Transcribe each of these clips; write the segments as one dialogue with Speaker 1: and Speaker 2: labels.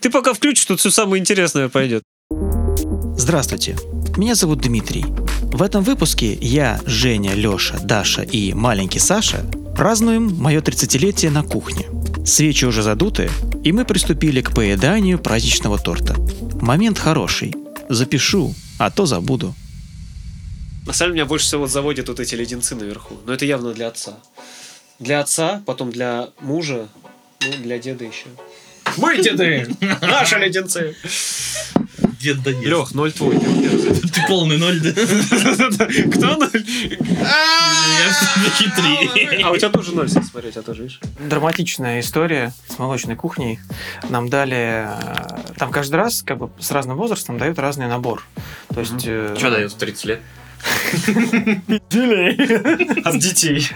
Speaker 1: Ты пока включишь, тут все самое интересное пойдет.
Speaker 2: Здравствуйте, меня зовут Дмитрий. В этом выпуске я, Женя, Леша, Даша и маленький Саша празднуем мое 30-летие на кухне. Свечи уже задуты, и мы приступили к поеданию праздничного торта. Момент хороший. Запишу, а то забуду.
Speaker 1: На самом деле меня больше всего вот заводят вот эти леденцы наверху. Но это явно для отца. Для отца, потом для мужа, ну, для деда еще. Мы деды! Наши леденцы!
Speaker 3: Дед да нет.
Speaker 1: Лех, ноль твой.
Speaker 3: Ты полный ноль, да?
Speaker 1: Кто ноль?
Speaker 3: Я все-таки три.
Speaker 1: А у тебя тоже ноль, кстати, смотри, у тебя тоже, видишь?
Speaker 4: драматичная история с молочной кухней. Нам дали... э, Там каждый раз как бы с разным возрастом дают разный набор. То есть... э,
Speaker 3: Че дает в 30 лет?
Speaker 1: От детей.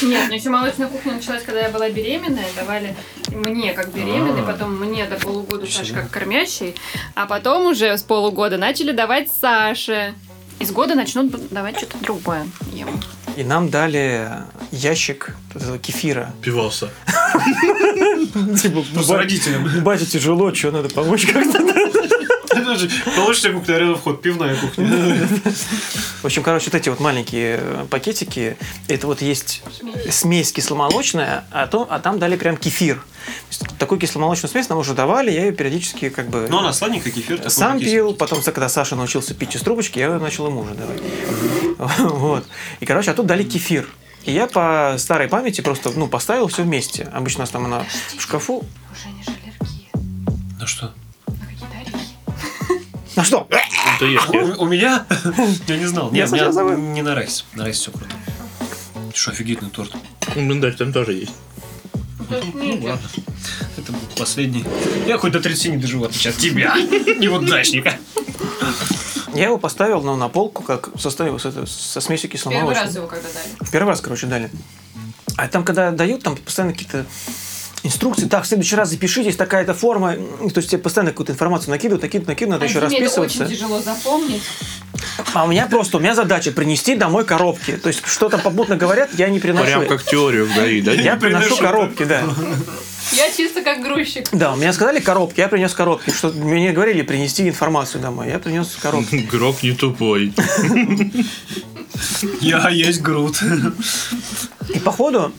Speaker 5: Нет, ну еще молочная кухня началась, когда я была беременная, давали мне как беременной,
Speaker 3: А.
Speaker 5: потом мне до полугода Саше как кормящей, а потом уже с полугода начали давать Саше. Из года начнут давать что-то другое ему.
Speaker 4: И нам дали ящик вот этого кефира.
Speaker 3: Пивоса.
Speaker 4: Типа,
Speaker 1: С родителям.
Speaker 4: батя тяжело, что надо помочь как-то.
Speaker 1: Молочная кухня, рядом вход, пивная кухня.
Speaker 4: В общем, короче, вот эти вот маленькие э, пакетики, это вот есть смесь кисломолочная, а, то, а там дали прям кефир. То есть такую кисломолочную смесь нам уже давали, я ее периодически как бы...
Speaker 1: Ну, она сладенькая, кефир. такой
Speaker 4: Сам
Speaker 1: вот
Speaker 4: пил, потом, когда Саша научился пить из трубочки, я начал ему уже давать. Вот. И, короче, а тут дали кефир. И я по старой памяти просто, ну, поставил все вместе. Обычно у нас там она в шкафу.
Speaker 5: Уже не же аллергия
Speaker 3: Ну что?
Speaker 5: на какие-то орехи.
Speaker 4: На что?
Speaker 3: Ты ешь.
Speaker 1: есть. У у меня? Я не знал. Нет,
Speaker 4: Я
Speaker 1: у меня
Speaker 4: сначала забыл.
Speaker 1: не на райс. На райс все круто. Ты Что, офигительный торт.
Speaker 3: Ну да, там тоже есть.
Speaker 5: Ну,
Speaker 1: ладно. Это был последний. Я хоть до 30 не доживу, в отличие от тебя, неудачника.
Speaker 4: Я его поставил ну, на полку, как составил с этой- со смесью
Speaker 5: Первый раз
Speaker 4: кисломолочной.
Speaker 5: его когда дали.
Speaker 4: Первый раз, короче, дали. А там, когда дают, там постоянно какие-то инструкции. Так, в следующий раз запишитесь, такая-то форма. М, То есть тебе постоянно какую-то информацию накидывают, накидывают, накидывают, надо еще
Speaker 5: А Диме это
Speaker 4: расписываться.
Speaker 5: очень тяжело запомнить.
Speaker 4: А у меня просто, у меня задача принести домой коробки. То есть, что там попутно говорят, я не приношу.
Speaker 3: Прям как теорию вдали, да?
Speaker 4: Я приношу коробки, да.
Speaker 5: Я чисто как грузчик.
Speaker 4: Да, мне сказали коробки, я принес коробки. Что мне говорили принести информацию домой, я принес коробки.
Speaker 3: Гроб не тупой.
Speaker 1: Я есть груд.
Speaker 4: И походу,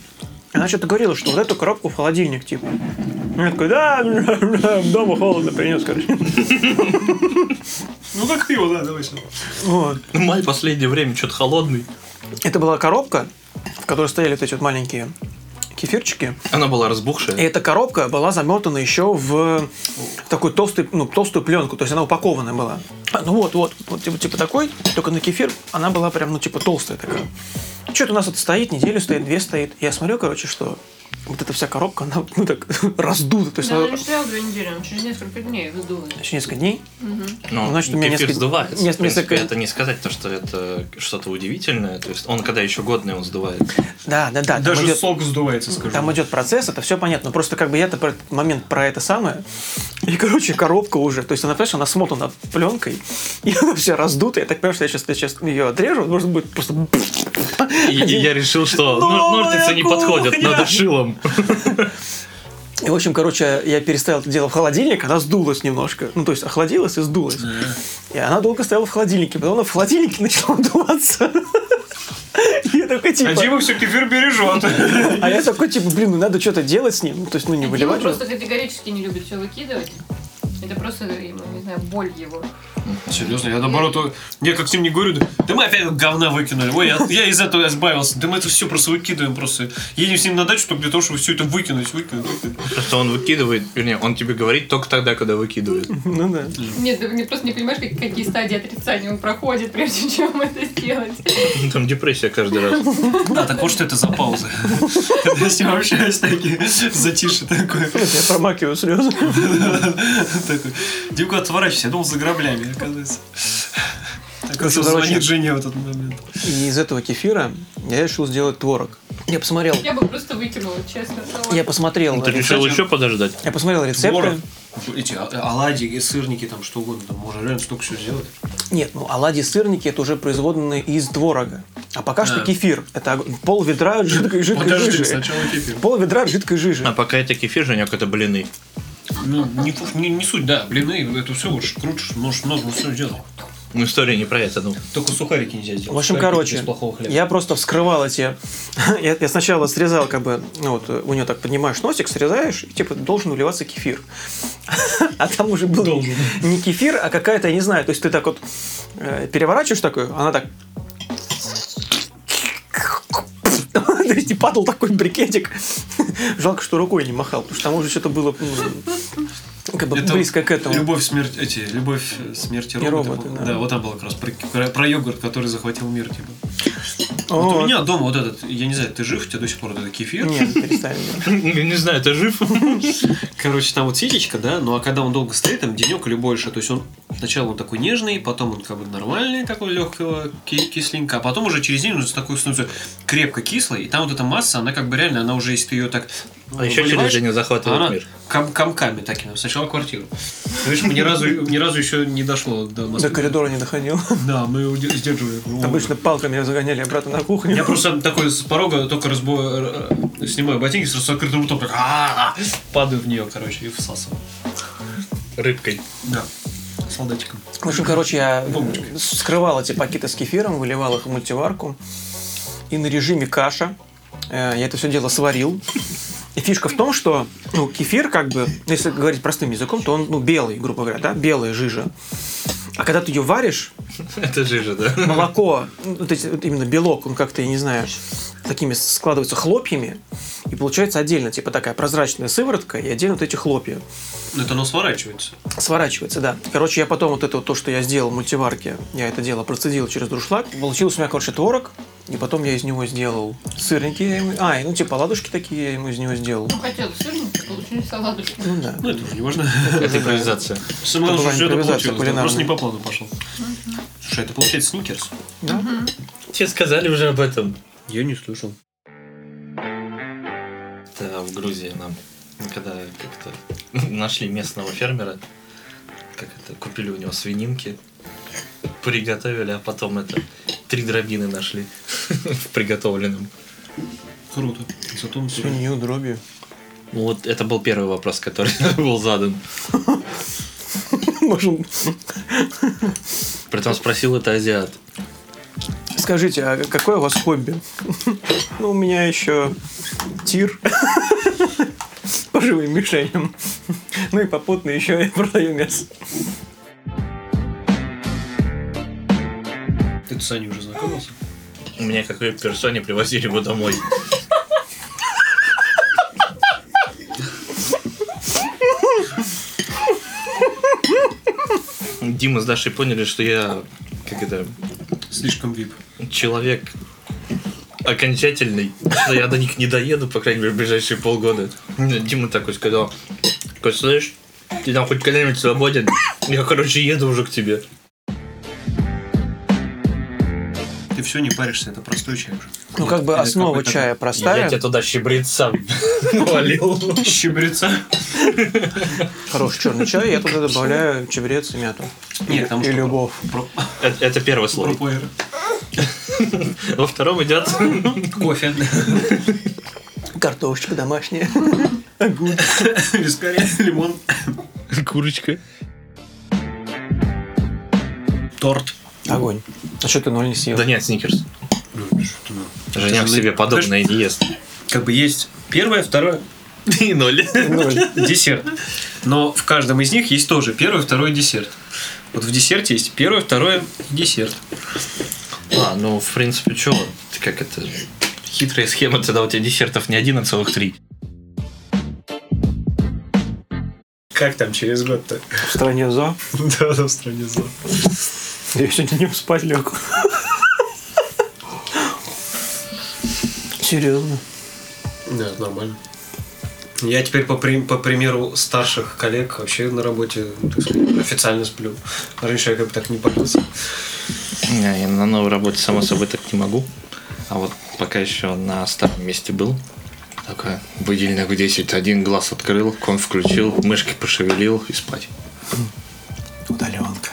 Speaker 4: она что-то говорила, что вот эту коробку в холодильник, типа. Я такой, да, дома холодно принес, короче.
Speaker 1: Ну как ты его, да, давай сюда.
Speaker 4: Вот.
Speaker 6: Ну,
Speaker 3: Май последнее время что-то холодный.
Speaker 4: Это была коробка, в которой стояли вот эти вот маленькие кефирчики.
Speaker 3: Она была
Speaker 4: И
Speaker 3: разбухшая.
Speaker 4: эта коробка была замотана еще в, в такую толстую, ну, толстую пленку, то есть она упакованная была. А, Ну вот, вот, вот типа, типа такой, только на кефир она была прям, ну, типа толстая такая. Что-то у нас это стоит, неделю стоит, две стоит. Я смотрю, короче, что вот эта вся коробка, она, ну, так раздута. То есть
Speaker 5: Да, ну
Speaker 4: она
Speaker 5: он не стоял две недели, он через несколько дней выдуло.
Speaker 4: еще несколько дней.
Speaker 6: Ну,
Speaker 4: Значит, у меня
Speaker 6: кефир
Speaker 4: несколько-
Speaker 6: сдувается.
Speaker 4: нес-
Speaker 6: в принципе,
Speaker 4: несколько-
Speaker 6: это не сказать то, что это что-то удивительное. То есть он, когда еще годный, он сдувается.
Speaker 4: Да, да, да. там
Speaker 1: Даже
Speaker 4: идет-
Speaker 1: сок сдувается, скажу.
Speaker 4: Там идет процесс, это все понятно. Ну, Просто как бы я-то про этот момент про это самое. И, короче, коробка уже. То есть она, понимаешь, она смотана пленкой, и она вся раздута. Я так понимаю, что я сейчас, ее отрежу, может быть, просто...
Speaker 6: И, и я решил, что
Speaker 4: Новая
Speaker 6: ну, ножницы не
Speaker 4: кухня!
Speaker 6: подходят, надо шилом.
Speaker 4: И, в общем, короче, я переставил это дело в холодильник, она сдулась немножко. Ну, то есть охладилась и сдулась. И она долго стояла в холодильнике. Потом она в холодильнике начала дуваться. И я такой,
Speaker 1: А
Speaker 4: типа...
Speaker 1: Дима все кефир бережет.
Speaker 4: А я такой, типа, блин, ну надо что-то делать с ним. Ну, То есть, ну, не
Speaker 5: Дима
Speaker 4: выливать. же.
Speaker 5: просто категорически не любит все выкидывать. Это просто, ему, не знаю, боль его.
Speaker 1: Серьезно, я наоборот, о- я как с ним не говорю, да- да мы опять говна выкинули. Ой, я, я из этого избавился. Да мы это все просто выкидываем просто. Едем с ним на дачу только для того, чтобы все это выкинуть, выкинуть, выкинуть.
Speaker 6: Что он выкидывает, вернее, он тебе говорит только тогда, когда выкидывает.
Speaker 4: Ну, да.
Speaker 5: Нет, ты не- просто не понимаешь, как- какие стадии отрицания он проходит, прежде чем это сделать.
Speaker 6: Там депрессия каждый раз.
Speaker 1: Да, А, так вот что это за паузы. Когда я с ним общаюсь, такие, затише такое.
Speaker 4: Я промакиваю слезы.
Speaker 1: Такой, Димка, отворачивайся, я думал за граблями, оказывается. Так он
Speaker 4: Короче,
Speaker 1: звонит
Speaker 4: короче.
Speaker 1: жене в этот момент.
Speaker 4: И из этого кефира я решил сделать творог. Я посмотрел,
Speaker 5: Я бы просто выкинула, честно.
Speaker 4: я посмотрел
Speaker 3: Ну, Ты
Speaker 4: рецепты.
Speaker 3: решил еще подождать?
Speaker 4: Я посмотрел рецепты.
Speaker 1: Творог, Эти а- оладьи, сырники, там что угодно, там можно реально столько всего сделать.
Speaker 4: Нет, ну оладьи сырники это уже производные из творога. А пока что кефир. Это ог- пол ведра жидкой, жидкой жижи.
Speaker 1: кефир.
Speaker 4: Пол ведра жидкой жижи.
Speaker 6: А пока это кефир, Женек, это блины.
Speaker 7: Ну, не, пуф- не, не суть, да. Блины, это все уж крутишь, можешь много все делать.
Speaker 1: Ну, история не про это, ну.
Speaker 7: Только сухарики нельзя сделать.
Speaker 4: В общем,
Speaker 7: Сухарики
Speaker 4: короче,
Speaker 7: без плохого хлеба.
Speaker 4: я просто вскрывал эти... я, я сначала срезал, как бы, ну, вот э, у нее так поднимаешь носик, срезаешь, и типа должен уливаться кефир. а там уже был не кефир, а какая-то, я не знаю, то есть ты так вот э, переворачиваешь такую, она так... То есть и падал такой брикетик. Жалко, что рукой не махал, потому что там уже что-то было ну, как бы
Speaker 7: Это
Speaker 4: близко к этому.
Speaker 7: Любовь смерти, эти, любовь э, смерти
Speaker 4: И
Speaker 7: робота.
Speaker 4: роботы,
Speaker 7: по-моему.
Speaker 4: да.
Speaker 7: да. вот там было как раз про, про- про йогурт, который захватил мир, типа.
Speaker 4: О,
Speaker 7: Вот у меня дома вот этот, я не знаю, ты жив, у тебя до сих пор вот этот кефир.
Speaker 4: Нет, перестань.
Speaker 1: Я не знаю, ты жив?
Speaker 7: А Короче, там вот ситечка, да, ну а когда он долго стоит, там денек или больше, то есть он сначала он такой нежный, потом он как бы нормальный, такой легкого ки- кисленька, а потом уже через день он такой становится крепко кислый, и там вот эта масса, она как бы реально, она уже, если ты ее так
Speaker 1: А еще через
Speaker 7: выливаешь,
Speaker 1: день захватывает
Speaker 7: она
Speaker 1: мир.
Speaker 7: ком- комками такими, сначала квартиру. Ну, Видишь, мы ни разу, ни разу еще не дошло до
Speaker 4: До
Speaker 7: Москвы.
Speaker 4: коридора не доходил.
Speaker 7: Да, мы уди- сдерживали. друг друга.
Speaker 4: Обычно палками загоняли обратно на кухню.
Speaker 7: Я просто такой с порога только разбо... э, снимаю ботинки с открытым ртом, так «А-а-а!» падаю в нее, короче, и всасываю.
Speaker 1: Рыбкой.
Speaker 7: Да. Солдатиком.
Speaker 4: В общем, короче, я
Speaker 7: Бомбочкой.
Speaker 4: скрывал эти пакеты с кефиром, выливал их в мультиварку. И на режиме каша э, я это все дело сварил. И фишка в том, что ну, кефир, как бы, если говорить простым языком, то он ну, белый, грубо говоря, да, белая жижа. А когда ты ее варишь,
Speaker 1: Это жижа, да?
Speaker 4: молоко, ну, то есть вот именно белок, он как-то, я не знаю, такими складывается хлопьями, и получается отдельно, типа такая прозрачная сыворотка, и отдельно вот эти хлопья.
Speaker 7: Ну, это оно сворачивается.
Speaker 4: Сворачивается, да. Короче, я потом вот это вот то, что я сделал в мультиварке, я это дело процедил через дуршлаг. Получился у меня, короче, творог. И потом я из него сделал сырники. я ему- А, и, ну типа ладушки такие я ему из него сделал.
Speaker 5: Ну, а хотела сырники, получились саладушки.
Speaker 4: Ну да.
Speaker 7: Ну, это уже не важно.
Speaker 1: Это импровизация.
Speaker 7: Сама
Speaker 4: была
Speaker 7: уже всё это
Speaker 4: импровизация
Speaker 7: получилось. да,
Speaker 4: кулинарная.
Speaker 7: Просто не по плану пошел. Слушай, это получается сникерс?
Speaker 4: Да?
Speaker 1: Все сказали уже об этом.
Speaker 7: Я не слышал.
Speaker 3: Это в Грузии нам, когда как-то нашли местного фермера, как это, купили у него свининки, приготовили, а потом это, три дробины нашли в приготовленном.
Speaker 7: Круто. Зато он сегодня...
Speaker 4: Свинью, дробью.
Speaker 3: Ну вот это был первый вопрос, который был задан.
Speaker 4: Можем...
Speaker 3: Притом спросил это азиат.
Speaker 4: Скажите, а какое у вас хобби? Ну, у меня еще тир по живым мишеням. Ну и попутно еще я продаю мясо.
Speaker 7: Ты с Саней уже знакомился?
Speaker 1: У меня какой персоне привозили его домой.
Speaker 3: Дима с Дашей поняли, что я как это
Speaker 7: Слишком вип.
Speaker 3: человек окончательный, что я до них не доеду, по крайней мере, в ближайшие полгода. Дима такой сказал, такой, слышь, ты там хоть когда-нибудь свободен? Я, короче, еду уже к тебе.
Speaker 7: Ты все не паришься, это простой чай уже.
Speaker 4: Ну, как бы
Speaker 7: Или
Speaker 4: основа
Speaker 7: какой-то
Speaker 4: чая
Speaker 3: Я
Speaker 4: простая.
Speaker 3: тебя туда щебреца валил.
Speaker 7: Щебреца.
Speaker 4: Хороший черный чай, я туда добавляю чебрец и мяту.
Speaker 7: Нет, там
Speaker 4: и
Speaker 7: что?
Speaker 4: любовь.
Speaker 7: Про-
Speaker 3: Это это первый
Speaker 7: про
Speaker 3: слой.
Speaker 7: пуэр.
Speaker 3: Во втором идет
Speaker 7: Кофе.
Speaker 4: Картошечка домашняя.
Speaker 7: Вискарь, лимон.
Speaker 3: курочка.
Speaker 7: Торт.
Speaker 4: Огонь. А что ты ноль не съел?
Speaker 3: Да нет, сникерс. Женя в себе подобное не ест.
Speaker 7: Как бы есть первое, второе, ну,
Speaker 3: И ноль.
Speaker 4: Ноль.
Speaker 7: десерт. Но в каждом из них есть тоже первый, второй десерт. Вот в десерте есть первое, второе десерт.
Speaker 3: А, ну, в принципе, чё, ты как это... Хитрая схема, тогда у тебя десертов не один, а целых три.
Speaker 7: Как там через год-то?
Speaker 4: В стране за.
Speaker 7: Да, да, в стране зла.
Speaker 4: Я сегодня днем спать лег. Серьезно.
Speaker 7: Да, нормально. Я теперь по, при- по примеру старших коллег вообще на работе так сказать, официально сплю. Раньше я как бы так не парился.
Speaker 3: Не, я на новой работе, само собой, так не могу. А вот пока еще на старом месте был, такое, будильник в 10, один глаз открыл, кон включил, мышки пошевелил и спать.
Speaker 4: Удаленка.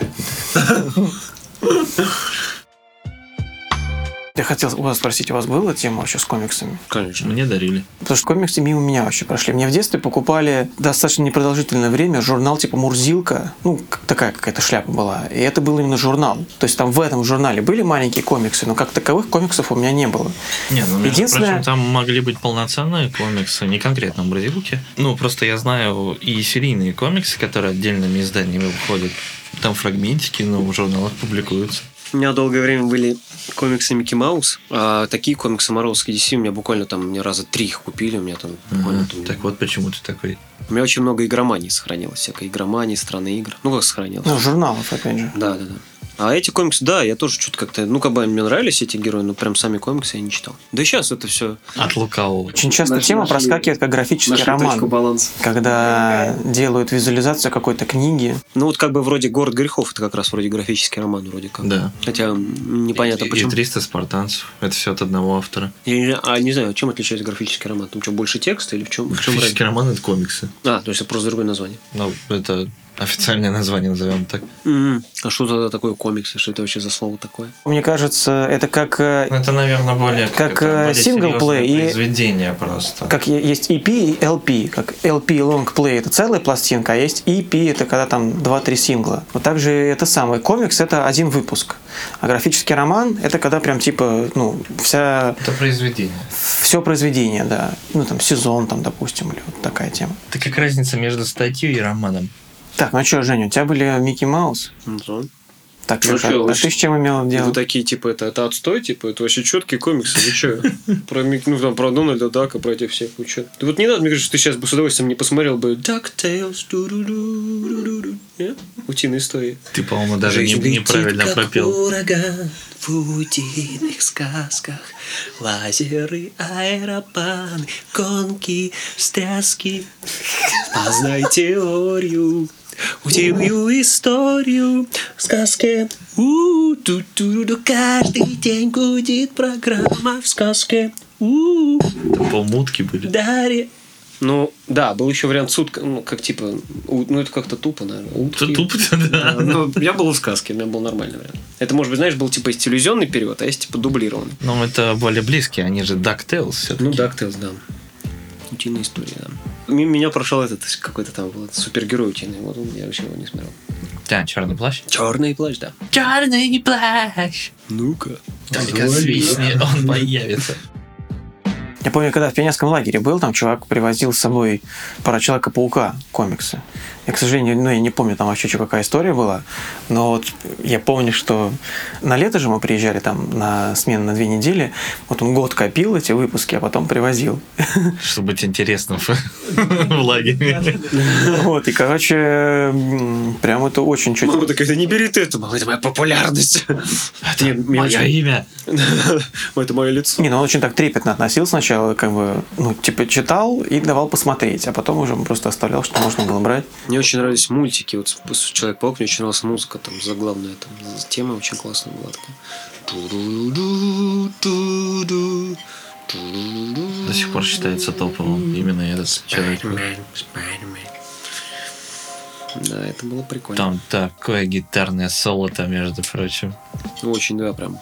Speaker 4: Я хотел у вас спросить, у вас была тема вообще с комиксами?
Speaker 1: Конечно.
Speaker 3: Мне дарили.
Speaker 4: Потому что комиксы мимо меня вообще прошли. Мне в детстве покупали достаточно непродолжительное время журнал типа «Мурзилка». Ну, к- такая какая-то шляпа была. И это был именно журнал. То есть там в этом журнале были маленькие комиксы, но как таковых комиксов у меня не было.
Speaker 3: Не, ну, между
Speaker 4: Единственное-
Speaker 3: прочим, там могли быть полноценные комиксы, не конкретно Бразилуки. Ну, просто я знаю и серийные комиксы, которые отдельными изданиями выходят. Там фрагментики, но в журналах публикуются.
Speaker 1: У меня долгое время были комиксы Микки Маус, а такие комиксы Марвелской DC у меня буквально там мне раза три их купили, у меня там буквально
Speaker 3: Мгм.
Speaker 1: там-
Speaker 3: Так вот почему ты такой.
Speaker 1: У меня очень много игромании сохранилось, всякой игромании, страны игр. Ну, как сохранилось?
Speaker 4: Ну, журналов, опять же.
Speaker 1: Да, да, да. А эти комиксы, да, я тоже что-то как-то... Ну, как бы мне нравились эти герои, но прям сами комиксы я не читал. Да и сейчас это все...
Speaker 3: От лукавого.
Speaker 4: Очень часто
Speaker 1: Нашли-
Speaker 4: тема
Speaker 1: нашли-
Speaker 4: проскакивает как графический роман.
Speaker 1: баланса.
Speaker 4: Когда делают визуализацию какой-то книги.
Speaker 1: Ну, вот как бы вроде «Город грехов» это как раз вроде графический роман вроде как.
Speaker 3: Да.
Speaker 1: Хотя м, непонятно
Speaker 3: и,
Speaker 1: почему.
Speaker 3: И 300 спартанцев. Это все от одного автора.
Speaker 1: Я не, знаю- а не знаю, чем отличается графический роман? Там что, больше текста или в чем? В чем
Speaker 3: Графический роман это комиксы.
Speaker 1: разница? А, то есть это просто другое название.
Speaker 3: Ну, это официальное название, назовем так.
Speaker 1: Мгм. А что тогда такое комиксы? Что это вообще за слово такое?
Speaker 4: Мне кажется, это как э,
Speaker 3: Ну, Это, наверное, более
Speaker 4: Как,
Speaker 3: это,
Speaker 4: э,
Speaker 3: более
Speaker 4: синглплей
Speaker 3: серьёзное
Speaker 4: и-
Speaker 3: произведение просто.
Speaker 4: как е- есть EP и LP, как LP long play это целая пластинка, а есть EP это когда там 2-3 сингла. Вот также это самое. Комикс это один выпуск, а графический роман это когда прям типа, ну, вся,
Speaker 3: Это произведение.
Speaker 4: все произведение, да. Ну, там, сезон, там, допустим, или вот такая тема.
Speaker 3: Это как разница между статьей и романом.
Speaker 4: Так, ну что, Женя, у тебя были Микки Маус?
Speaker 1: Ну, да.
Speaker 4: Так,
Speaker 1: Ну
Speaker 4: Лёша,
Speaker 1: чё,
Speaker 4: а
Speaker 1: вы
Speaker 4: ты с чем имел дело?
Speaker 1: Вы такие, типа, это, это отстой, типа, это вообще четкие комиксы, вы что? Про, Мик- ну, там, про Дональда Дака, про этих всех, вы что? Да вот не надо, мне кажется, ты сейчас бы с удовольствием не посмотрел бы DuckTales, ду-ду-ду-ду-ду-ду. Не? Утиные истории.
Speaker 3: Ты, по-моему, даже не-
Speaker 1: Жизнь летит,
Speaker 3: неправильно
Speaker 1: как
Speaker 3: пропел.
Speaker 1: ураган в утиных сказках. Лазеры, аэропланы, гонки, встряски. Познай теорию, утиную историю. В сказке у ту ту ду каждый день гудит программа в сказке. у
Speaker 3: Там полмутки были.
Speaker 1: Дарья. Ну, да, был еще вариант сутка, ну, как типа, у- ну, это как-то тупо, наверное.
Speaker 3: Это
Speaker 1: утки.
Speaker 3: тупо, да.
Speaker 1: Ну, я был в сказке, у меня был нормальный вариант. Это, может быть, знаешь, был типа есть иллюзионный период, а есть типа дублированный.
Speaker 3: Но это более близкие, они же DuckTales все
Speaker 1: Ну, DuckTales, да. Утиная история, да. Мимо меня прошел этот какой-то там вот, супергерой утиный. Вот он, я вообще его не смотрел.
Speaker 3: Да, черный плащ.
Speaker 1: Черный плащ, да.
Speaker 3: Черный плащ!
Speaker 1: Ну-ка.
Speaker 3: Только свистни, он появится.
Speaker 4: Я помню, когда в пионерском лагере был, там чувак привозил с собой пара Человека-паука комиксы. Я, к сожалению, ну, я не помню там вообще, что, какая история была, но вот я помню, что на лето же мы приезжали там на смену на две недели, вот он год копил эти выпуски, а потом привозил.
Speaker 3: Чтобы быть интересным в лагере.
Speaker 4: Вот, и, короче, м, прям это очень чуть...
Speaker 1: Мама такая, да не бери ты это, мама, это моя популярность. Это
Speaker 3: Мое А имя.
Speaker 1: Это мое лицо.
Speaker 4: Не, ну он очень так трепетно относился сначала, как бы, ну, типа, читал и давал посмотреть, а потом уже просто оставлял, что можно было брать.
Speaker 1: Мне очень нравились мультики. Вот с- с Человек-паук мне очень нравилась музыка, там заглавная там тема очень классная была такая. Ту-ду-ду, ту-ду, ту-ду-ду.
Speaker 3: До сих пор считается топовым именно этот человек.
Speaker 1: Спайдермен, Спайдермен. Да, это было прикольно.
Speaker 3: Там такое гитарное соло-то, между прочим.
Speaker 1: Очень, да, прям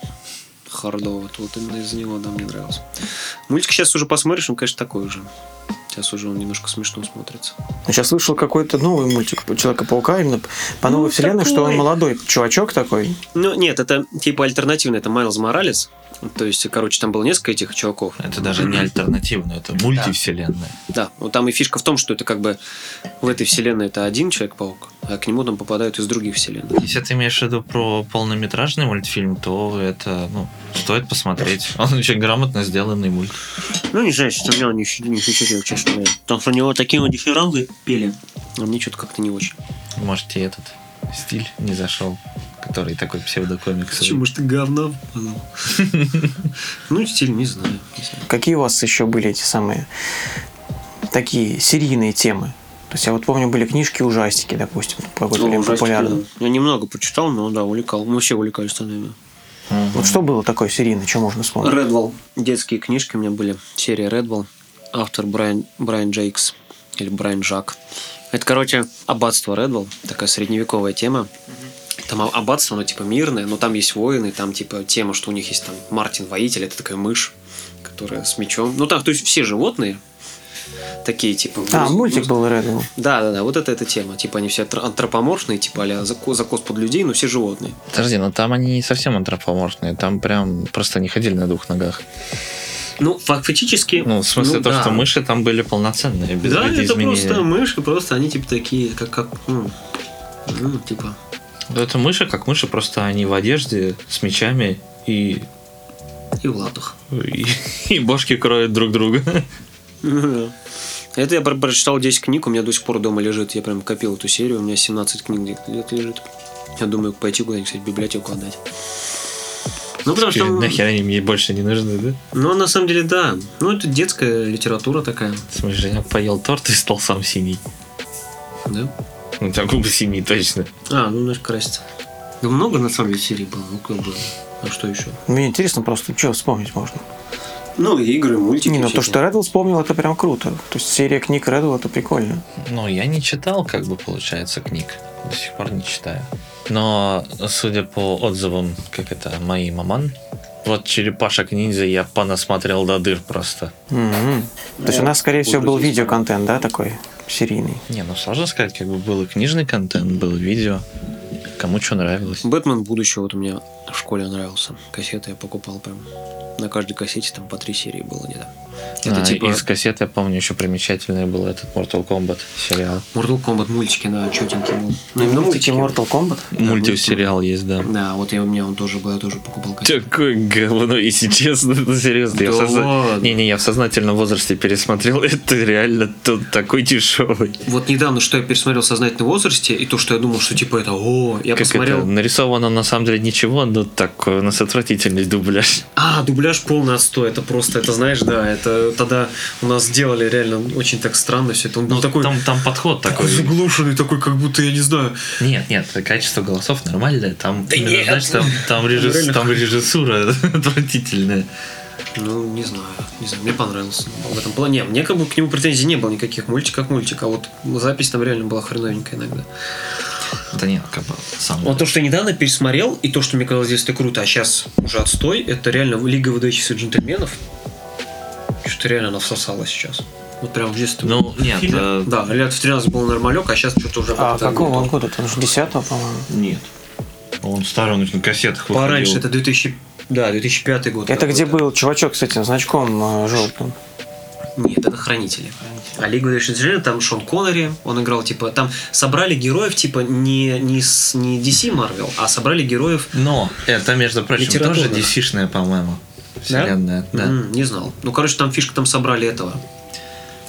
Speaker 1: хардово. Вот, вот именно из-за него, да, мне нравилось. Мультик сейчас уже посмотришь, он, конечно, такой же. Сейчас уже он немножко смешно смотрится.
Speaker 4: Ну, Сейчас вышел какой-то новый мультик по- Человека-паука, именно по новой вселенной, что он
Speaker 1: такой.
Speaker 4: молодой чувачок такой.
Speaker 1: Ну, нет, это типа альтернативный, это Майлз Моралес. То есть, короче, там было несколько этих чуваков.
Speaker 3: Это даже не альтернативно, это мультивселенная.
Speaker 1: Да, вот там и фишка в том, что это как бы в этой вселенной это один Человек-паук, а к нему там попадают из других вселенных.
Speaker 3: Если ты имеешь в виду про полнометражный мультфильм, то это, ну, стоит посмотреть. Он очень грамотно сделанный мульт.
Speaker 1: Ну, не знаю, что у меня не, не впечатлил, честно говоря. Потому что у него такие вот дифирамбы пели. А мне что-то как-то не очень.
Speaker 3: Может, тебе этот стиль не зашел, который такой псевдокомикс.
Speaker 1: может, ты говно? Ну, стиль не знаю.
Speaker 4: Какие у вас еще были эти самые такие серийные темы? То есть я вот помню, были книжки ужастики, допустим, по какой-то время популярны.
Speaker 1: Ну, Я немного почитал, но да, увлекал. Мы все увлекались тогда.
Speaker 4: Вот что было такое серийное, что можно вспомнить?
Speaker 1: Редвелл. Детские книжки у меня были. Серия Редвелл. Автор Брайан, Брайан Джейкс. Или Брайан Жак. Это, короче, аббатство Редвелл. Такая средневековая тема. Там а- аббатство, оно типа мирное, но там есть воины, там типа тема, что у них есть там Мартин воитель, это такая мышь, которая с мечом. Ну там, то есть все животные такие типа.
Speaker 4: А,
Speaker 1: ну,
Speaker 4: мультик был Реддл.
Speaker 1: Да, да, да, вот это эта тема. Типа они все антро- антропоморфные, типа а закос, закос под людей, но все животные.
Speaker 3: Подожди, но там они не совсем антропоморфные, там прям просто они ходили на двух ногах.
Speaker 1: Ну, фак- фактически.
Speaker 3: Ну, в смысле,
Speaker 1: Ну,
Speaker 3: то,
Speaker 1: да.
Speaker 3: что мыши там были полноценные, без
Speaker 1: Да, это
Speaker 3: видоизменения.
Speaker 1: просто мыши, просто они типа такие, как, как ну, ну, типа.
Speaker 3: Да Ну, Это мыши, как мыши, просто они в одежде, с мечами и,
Speaker 1: И в латах.
Speaker 3: и, и бошки кроют друг друга.
Speaker 1: Ну Да. Это я про- прочитал 10 книг, у меня до сих пор дома лежит. Я прям копил эту серию, у меня 17 книг где- лет лежит. Я думаю, пойти куда-нибудь, кстати, в библиотеку отдать. Ну, потому что...
Speaker 3: Теперь Нахер они мне больше не нужны, да?
Speaker 1: Ну, на самом деле, да. Ну, это детская литература такая,
Speaker 3: Смотри, я поел торт и стал сам синий.
Speaker 1: да?
Speaker 3: Ну, там губы синий, точно.
Speaker 1: А, ну, знаешь, красится. Да много, на самом деле, серий было. Ну, как бы... А что еще?
Speaker 4: Мне интересно просто, что вспомнить можно.
Speaker 1: Ну, игры, мультики.
Speaker 4: Не, ну то,
Speaker 1: всякие.
Speaker 4: что Реддл вспомнил, это прям круто. То есть серия книг Реддл это прикольно.
Speaker 3: Ну, я не читал, как бы, получается, книг. До сих пор не читаю. Но, судя по отзывам, как это, моей маман, вот черепашек ниндзя я понасмотрел до дыр просто.
Speaker 4: Мгм. То есть у нас, скорее всего, был
Speaker 1: вот здесь.
Speaker 4: видеоконтент, да, такой серийный.
Speaker 3: Не, ну сложно сказать, как бы был и книжный контент, был и видео. Кому что нравилось.
Speaker 1: Бэтмен будущего вот у меня в школе нравился. Кассеты я покупал прям. На каждой кассете там по три серии было где-то. Это
Speaker 3: А,
Speaker 1: типа-
Speaker 3: Из кассет, я помню, еще примечательный был этот Mortal Kombat сериал.
Speaker 1: Mortal Kombat мультики, да, четенький был. Ну, именно
Speaker 4: Мультики Mortal Kombat.
Speaker 3: Мультик-сериал есть, да.
Speaker 1: Да, вот я у меня он тоже был, я тоже покупал кассеты.
Speaker 3: Такое говно, если честно, ну, серьезно. я в
Speaker 1: Да
Speaker 3: созна-
Speaker 1: ладно.
Speaker 3: Не-не, я в сознательном возрасте пересмотрел, это реально тут такой дешевый.
Speaker 1: Вот недавно, что я пересмотрел в сознательном возрасте, и то, что я думал, что типа это, о, я
Speaker 3: как это,
Speaker 1: посмотрел.
Speaker 3: нарисовано на самом деле ничего, но такой у нас отвратительный дубляж.
Speaker 1: А, дубляж полный отстой, это просто, это знаешь, да, это тогда у нас делали реально очень так странно все это. Он был такой
Speaker 3: там, там подход такой.
Speaker 1: заглушенный, такой, как будто, я не знаю,
Speaker 3: Нет, нет, качество голосов нормальное, там, именно, знаешь, там, там, режисс-
Speaker 1: Реально.
Speaker 3: там режиссура отвратительная.
Speaker 1: Ну, не знаю, не знаю, мне понравился в этом плане. Не, мне как бы к нему претензий не было никаких, мультик как мультик, а вот запись там реально была хреновенькая иногда.
Speaker 3: Да нет, как бы сам.
Speaker 1: Вот то, что я недавно пересмотрел, и то, что мне казалось здесь это круто, а сейчас уже отстой, это реально Лига выдающихся джентльменов. Что-то реально она всосала сейчас. Вот прям в детстве.
Speaker 3: Ну, нет, э,
Speaker 1: Да, лет в 13 был нормалек, а сейчас что-то уже...
Speaker 4: А
Speaker 1: как-то
Speaker 4: какого
Speaker 1: не
Speaker 4: он
Speaker 1: то.
Speaker 4: года? Он же 10 по-моему.
Speaker 3: нет. Он старый, он на кассетах выходил.
Speaker 1: Пораньше, это 2000... Да, 2005 год.
Speaker 4: Это где
Speaker 1: какой-то.
Speaker 4: был чувачок с этим значком э, желтым.
Speaker 1: Нет, это хранители. А Лига Выдающихся Джентльменов, там Шон Коннери, он играл, типа, там собрали героев, типа, не, не, с- не DC Marvel, а собрали героев...
Speaker 3: Но это, между прочим, тоже
Speaker 1: Литературных.
Speaker 3: DC-шная, по-моему. Вселенная, да.
Speaker 1: М, не знал. Ну, короче, там фишка, там собрали этого.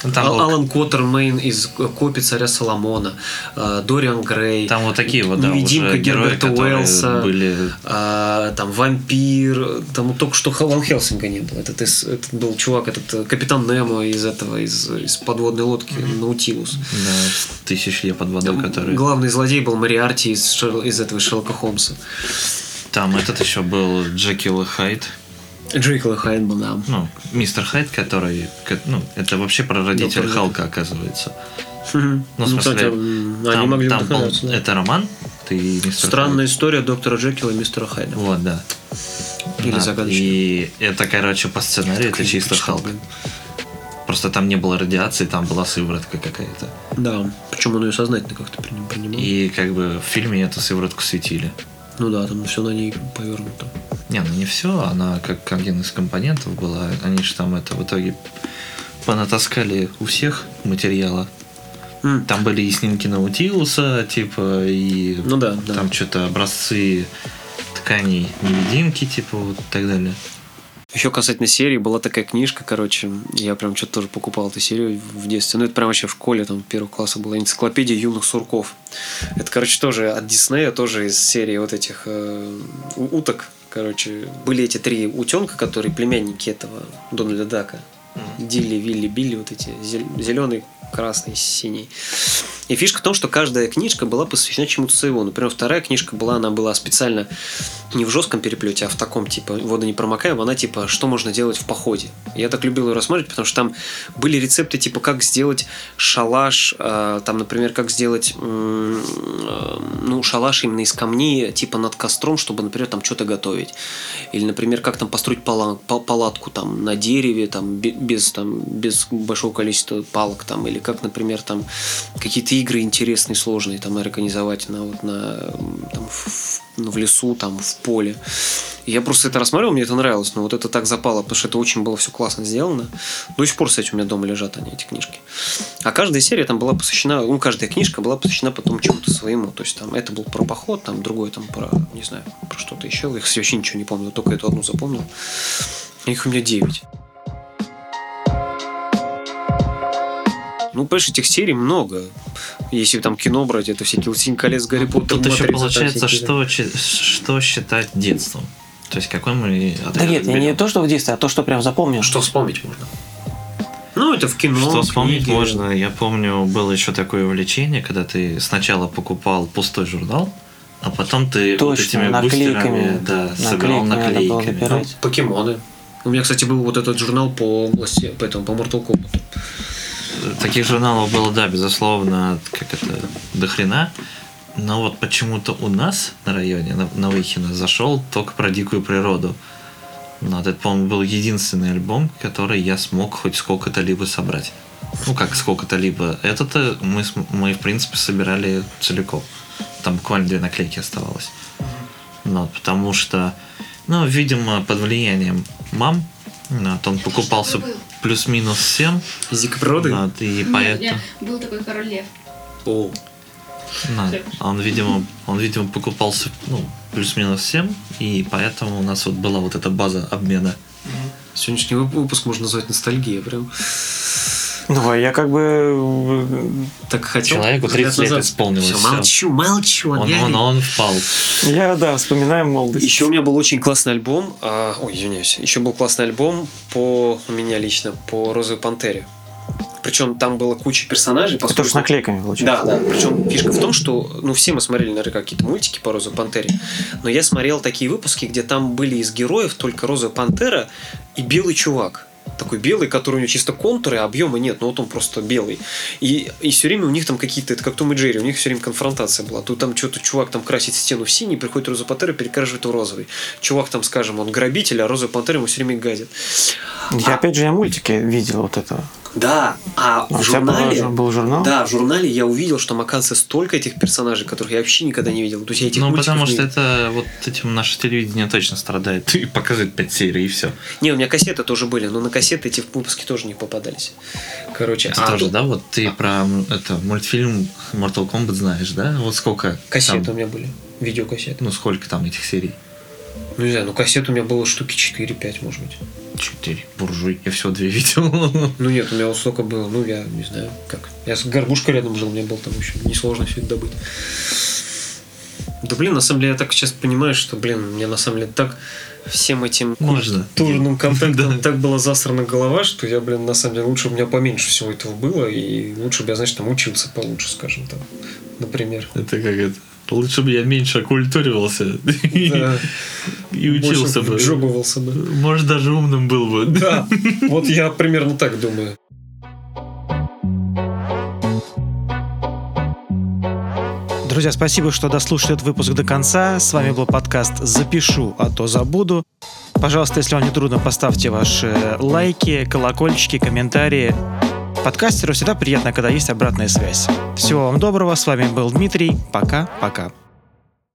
Speaker 3: Ну, Там,
Speaker 1: Ал-
Speaker 3: был-
Speaker 1: Алан Коттермейн из Копи царя Соломона, э, Дориан Грей,
Speaker 3: там вот такие вот, да,
Speaker 1: Невидимка
Speaker 3: уже герои,
Speaker 1: Герберта
Speaker 3: которые
Speaker 1: Уэллса.
Speaker 3: были...
Speaker 1: а, там вампир, там вот только что Ван Хелсинга не было. Этот, из- этот был чувак, этот э, капитан Немо из этого, из, из подводной лодки Наутилус.
Speaker 3: Да, тысяч лет под водой,
Speaker 1: Там
Speaker 3: которые...
Speaker 1: Главный злодей был Мариарти из, Шер- из этого Шерлока Холмса.
Speaker 3: Там этот еще был Джекил и Хайд.
Speaker 1: Джейкл и Хайд был, да.
Speaker 3: Ну, мистер Хайд, который... ко- Ну, это вообще прародитель
Speaker 1: Доктор
Speaker 3: Халка, оказывается.
Speaker 1: Ну,
Speaker 3: Ну, в смысле,
Speaker 1: кстати, м, они
Speaker 3: Там-
Speaker 1: могли
Speaker 3: там, по-моему,
Speaker 1: вдохновляться, да.
Speaker 3: Это роман? Ты мистер
Speaker 1: Странная
Speaker 3: Хайд?
Speaker 1: история доктора Джекила и мистера Хайда.
Speaker 3: Вот, да.
Speaker 1: Или
Speaker 3: Да,
Speaker 1: загадочная.
Speaker 3: И это, короче, по сценарию это чисто
Speaker 1: Почитал,
Speaker 3: Халк.
Speaker 1: блин.
Speaker 3: Просто там не было радиации, там была сыворотка какая-то.
Speaker 1: Да, причем он ее сознательно как-то приним- принимал.
Speaker 3: И как бы в фильме эту сыворотку светили.
Speaker 1: Ну да, там все на ней повернуто.
Speaker 3: Не, ну не все, она как один из компонентов была. Они же там это в итоге понатаскали у всех материала.
Speaker 1: М,
Speaker 3: Там были и снимки Наутилуса, типа, и
Speaker 1: Ну да, да.
Speaker 3: там что-то образцы тканей невидимки, типа, вот и так далее.
Speaker 1: Еще касательно серии, была такая книжка, короче, я прям что-то тоже покупал эту серию в детстве. Ну, это прям вообще в школе, там, первого класса была энциклопедия юных сурков. Это, короче, тоже от Диснея, тоже из серии вот этих э, у- уток. Короче, были эти три утенка, которые племянники этого Дональда Дака. Дилли, Вилли, Билли, вот эти зеленый, красный, синий. И фишка в том, что каждая книжка была посвящена чему-то своему. Например, вторая книжка была, она была специально не в жестком переплете, а в таком, типа, водонепромокаемом, она, типа, что можно делать в походе. Я так любил ее рассматривать, потому что там были рецепты, типа, как сделать шалаш, э, там, например, как сделать, м, э, ну, шалаш именно из камней, типа, над костром, чтобы, например, там что-то готовить. Или, например, как там построить пала- па- палатку там на дереве, там, бе- без, там, без большого количества палок, там, или как, например, там, какие-то игры интересные, сложные там организовать на, вот, на, м, там, в, в- ну, в лесу, там, в поле. И я просто это рассматривал, мне это нравилось, но вот это так запало, потому что это очень было все классно сделано. До сих пор, кстати, у меня дома лежат они, эти книжки. А каждая серия там была посвящена, ну, каждая книжка была посвящена потом чему-то своему. То есть там это был про поход, там другой там про, не знаю, про что-то еще. Я, кстати, вообще ничего не помню, только эту одну запомнил. Их у меня 9. Ну, понимаешь, этих серий много. Если там кино брать, это все «Синь колец», «Гарри Поттер»,
Speaker 3: Ну, Тут еще
Speaker 1: «Матрица», там
Speaker 3: получается,
Speaker 1: всякие.
Speaker 3: что, чи- что считать детством. То есть какой мы
Speaker 6: Да
Speaker 3: отрезок
Speaker 6: нет, не,
Speaker 3: берем?
Speaker 6: не то, что в детстве, а то, что прям запомнил.
Speaker 1: Что вспомнить можно? Ну, это в кино.
Speaker 3: Что вспомнить
Speaker 1: книги.
Speaker 3: можно? Я помню, было еще такое увлечение, когда ты сначала покупал пустой журнал, а потом ты вот
Speaker 6: Точно,
Speaker 3: этими
Speaker 6: наклейками.
Speaker 3: бустерами да, собирал
Speaker 6: Наклейками надо было
Speaker 3: наклейками.
Speaker 6: набирать.
Speaker 1: Ну, покемоны. У меня, кстати, был вот этот журнал по, власти- по, этому, по Mortal Kombat.
Speaker 3: Таких журналов было, да, безусловно, как это, до хрена. Но вот почему-то у нас на районе, на, на Выхино, зашел только про дикую природу. Но вот это, по-моему, был единственный альбом, который я смог хоть сколько-то либо собрать. Ну, как сколько-то либо. Это-то мы, см- мы, в принципе, собирали целиком. Там буквально две наклейки оставалось. Ну, вот, потому что, ну, видимо, под влиянием мам, ну, вот он покупался
Speaker 5: был.
Speaker 3: плюс-минус всем.
Speaker 1: Из дикой природы?
Speaker 3: Ну, вот, и
Speaker 5: Нет,
Speaker 3: поэтому...
Speaker 5: нет, Был такой король лев.
Speaker 1: О,
Speaker 3: Ну,
Speaker 5: Всё.
Speaker 3: он, видимо, он, видимо, покупался ну, плюс-минус всем, и поэтому у нас вот была вот эта база обмена.
Speaker 1: сегодняшний вып- выпуск можно назвать «Ностальгия». Прям
Speaker 4: Ну, а
Speaker 6: Давай, я как бы...
Speaker 1: так хотел.
Speaker 3: Человеку 30 лет исполнилось,
Speaker 1: Всё,
Speaker 3: всё.
Speaker 1: молчу, молчу.
Speaker 3: Он,
Speaker 1: реально.
Speaker 3: он, он впал.
Speaker 6: Я, да, вспоминаю молодость.
Speaker 1: Еще у меня был очень классный альбом. а, ой, извиняюсь. Еще был классный альбом по у меня лично по Розовой Пантере. Причем там было куча персонажей.
Speaker 6: Это
Speaker 1: поскольку-
Speaker 6: же с наклейками получается.
Speaker 1: Да, да. Причем фишка в том, что, ну, все мы смотрели, наверное, какие-то мультики по Розовой Пантере, но я смотрел такие выпуски, где там были из героев только Розовая Пантера и Белый Чувак. Такой белый, который у него чисто контуры, а объема нет, но вот он просто белый. И, и все время у них там какие-то, это как Том и Джерри, у них все время конфронтация была. Тут там что-то чувак там красит стену в синий, приходит Роза Пантера, перекрашивает в розовый. Чувак там, скажем, он грабитель, а Роза Пантера ему все время гадит.
Speaker 4: э,
Speaker 6: Я, опять же, я мультики видел вот это.
Speaker 1: Да, а
Speaker 6: А
Speaker 1: в
Speaker 6: у тебя была
Speaker 1: журнале...
Speaker 6: жур- был журнал?
Speaker 1: Да, в журнале я увидел, что там оказывается столько этих персонажей, которых я вообще никогда не видел. То есть я этих
Speaker 3: Ну,
Speaker 1: мультиков
Speaker 3: потому
Speaker 1: не
Speaker 3: что
Speaker 1: видел.
Speaker 3: это вот этим наше телевидение точно страдает. И показывает 5 серий, и все.
Speaker 1: Не, у меня кассеты тоже были, но на кассеты эти выпуски тоже не попадались. Короче,
Speaker 3: Это
Speaker 1: а
Speaker 3: тоже,
Speaker 1: тут
Speaker 3: да, вот ты про м, это, мультфильм Mortal Kombat знаешь, да? Вот сколько?
Speaker 1: Кассеты у
Speaker 3: там-
Speaker 1: меня были, видеокассеты.
Speaker 3: ну, сколько там этих серий?
Speaker 1: Ну, не знаю, ну кассет у меня было штуки 4-5, может быть.
Speaker 3: Четыре. Буржуй. Я все две видел.
Speaker 1: Ну нет, у меня вот столько было, ну я не знаю, как. Я с горбушкой рядом жил, мне было там еще несложно все это добыть. Да блин, на самом деле я так сейчас понимаю, что, блин, мне на самом деле так всем этим
Speaker 3: Можно.
Speaker 1: культурным контактом так была засрана голова, что я, блин, на самом деле лучше бы у меня поменьше всего этого было, и лучше бы я, значит, там учился получше, скажем там, например.
Speaker 3: Это как это? Лучше бы я меньше окультуривался
Speaker 1: Да,
Speaker 3: и учился
Speaker 1: больше
Speaker 3: бы.
Speaker 1: вжобывался бы.
Speaker 3: Может, даже умным был бы.
Speaker 1: Да, вот я примерно так думаю.
Speaker 4: Друзья, спасибо, что дослушали этот выпуск до конца. С вами был подкаст «Запишу, а то забуду». Пожалуйста, если вам не трудно, поставьте ваши э, лайки, колокольчики, комментарии. Подкастеру всегда приятно, когда есть обратная связь. Всего вам доброго. С вами был Дмитрий. Пока-пока.